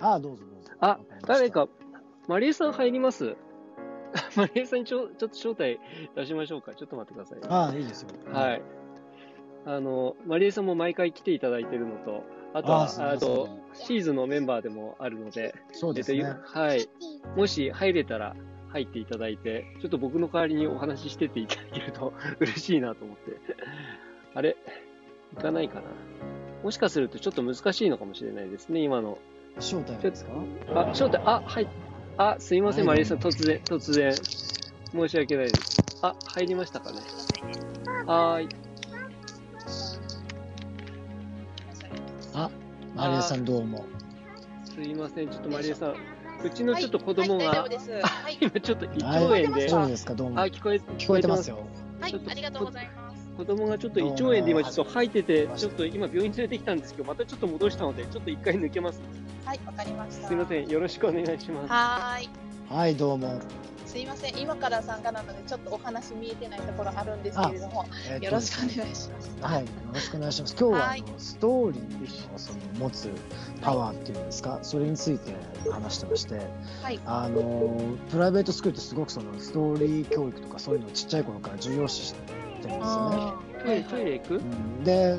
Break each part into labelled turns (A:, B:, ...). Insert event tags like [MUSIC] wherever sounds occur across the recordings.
A: ああ、どうぞどうぞ。
B: あ
A: わりました
B: 誰。か、マリエさん入ります
A: [LAUGHS]
B: マリエさんにちょちょっと招待出しましょうか。ちょっと待ってくださいね。
A: ああ、いいですよ。。
B: はいい。あの、マリエさんも毎回来ていただいてるのと、あと
A: あー
B: は、
A: す
B: あ
A: みません
B: と、シーズンのメンバーでもあるので、
A: そうです
B: えっ
A: ね
B: と。はい。もし入れたら入っていただいて、ちょっと僕の代わりにお話ししてていただけると [LAUGHS] 嬉しいなと思って。あれ行かないかなもしかするとちょっと難しいのかもしれないですね、今の。
A: 招待はですか
B: あ、招待、あ、はい。あ、すいません、マリエさん、突然、突然。申し訳ないです。あ、入りましたかね。はーい。
A: あ、マリアさんどうも。
B: すいません、ちょっとマリエさん、うち
C: の
B: のちょっと子供が、
C: はい、大丈夫です。はい、
B: 今ちょっと胃腸
A: はい
B: 炎で、
A: 大
C: す
A: 丈夫ですかどうも。
B: あ、聞こえ、
A: 聞こえてます
B: よ。
A: よ。
C: はい、ありがとうございます。
B: 子供がちょっと胃腸炎で今ちょっと吐いてて、
A: どうも
B: ちょっと今病院連れてきたんですけど、またちょっと戻したので、ちょっと一回抜けます。
C: はい、わかりました。
B: すいません、よろしくお願いします。
C: はーい、
A: はい、どうも。
C: すいません。今から参加なので、ちょっとお話見えてないところあるんですけれども、
A: えっと
C: よろしくお願いします。
A: はい、よろしくお願いします。今日は
C: は
A: あ
C: い
A: のストーリーのその持つパワーっていうんですか、それについて話してまして、
C: はい
A: あのプライベートスクールってすごくそのストーリー教育とかそういうのをちっちゃい頃から重要視してるんですよね。
C: あー
B: トイレ、トイレ行く
A: うんで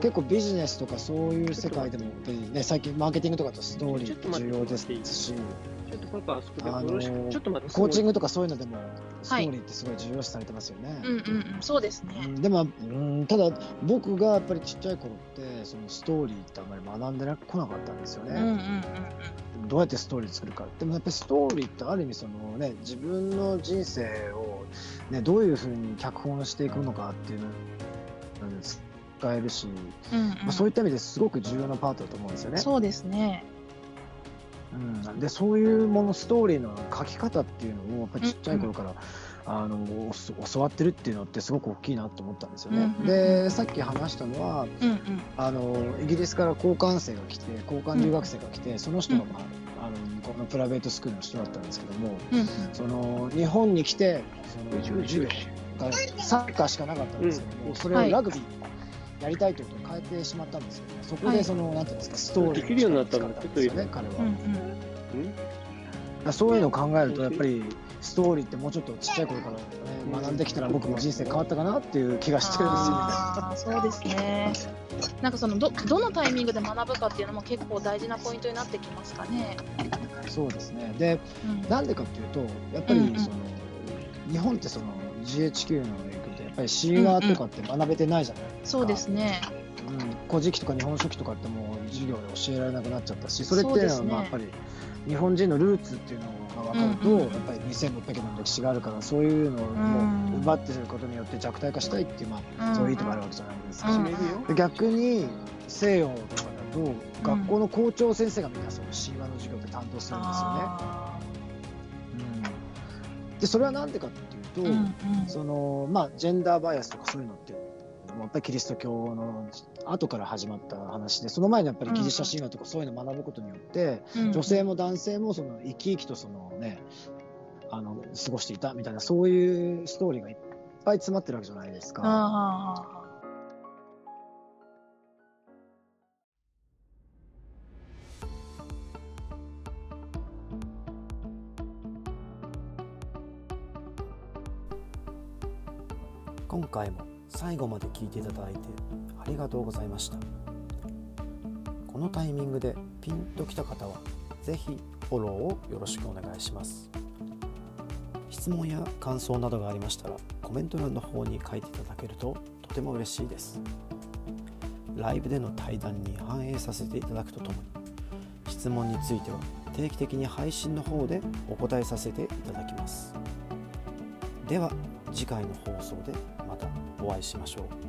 A: 結構ビジネスとかそういう世界でもやっぱりね最近マーケティングとかだとストーリーって重要ですし
B: ちょっとパパ、あそこで
A: あ
B: よ
A: の
B: ろしく、ちょっと待って。
A: コーチン
B: グ。
A: グとかそういうのでもストーリーってすごい重要視されてますよね。
C: うんうんうん、そうです
A: う
C: ね。
A: んでも、うん、ただ僕がやっぱりちっちゃい頃ってそのストーリーってあんまり学んでなこなかったんですよ
C: うんうんうん
A: ね、どうやってストーリー作るかでもやっぱりストーリーってある意味そのね自分の人生を、ね、どういうふうに脚本していくのかっていうのに使えるし、
C: うん
A: まあ、そういった意味ですごく重要なパートだと思うんですよね。
C: そうですね。
A: うん、でそういうものストーリーの書き方っていうのをやっぱりちっちゃい頃から、あのおす教わってるっていうのってすごく大きいなと思ったんですよね。
C: うん
A: でさっき話したのは
C: うんうん
A: あのイギリスから交換生が来て交換留学生が来て、その人が、まあ、あの向こうのプライベートスクールの人だったんですけども
C: うんうん。
A: その日本に来てその授業がサッカーしかなかったんですけども、
B: うん
A: それをラグビーやりたいということを変えてしまったんですよね。そこ
C: は
A: で
C: い
A: その、なんていうんですかストーリー
B: できるようになったの
A: が使われんですよね彼は。
C: うんうん
A: だからそういうのを考えるとやっぱりストーリーってもうちょっとちっちゃい頃から、ね、学んできたら僕も人生変わったかなっていう気がしてるんですよね。
C: あーそうですね。なんかそのどどのタイミングで学ぶかっていうのも結構大事なポイントになってきますかね。
A: そうですねで
C: うん
A: なんでかっていうとやっぱり
C: うんうん
A: その、日本ってその GHQ の影響でやっぱり神話とかって学べてないじゃない、
C: そうですね。
A: うん古事記とか日本書紀とかってもう授業で教えられなくなっちゃったしそれっていうの
C: そう
A: は
C: ですね
A: まあやっぱり日本人のルーツっていうのが分かると、
C: うんう
A: や
C: ん
A: っぱり2600年の歴史があるからそういうのをもう奪ってることによって弱体化したいっていう、まあ、そういう意図があるわけじゃないですか。
C: うん
B: 閉めるよ。
A: で逆に西洋とかだと学校の校長先生がみんなその神話の授業って担当するんですよ
C: あ
A: ね。でそれは何でかっていうと、
C: ーうんうん
A: そのまあジェンダーバイアスとかそういうのってもうやっぱりキリスト教の後から始まった話でその前にやっぱりギリシャ神話とかそういうのを学ぶことによって、
C: うん
A: 女性も男性もその生き生きとそのねあの過ごしていたみたいなそういうストーリーがいっぱい詰まってるわけじゃないですか。
C: あー
D: 今回も最後まで聞いていただいてありがとうございましたこのタイミングでピンときた方はぜひフォローをよろしくお願いします質問や感想などがありましたらコメント欄の方に書いていただけるととても嬉しいですライブでの対談に反映させていただくとともに質問については定期的に配信の方でお答えさせていただきますでは次回の放送でまたお会いしましょう。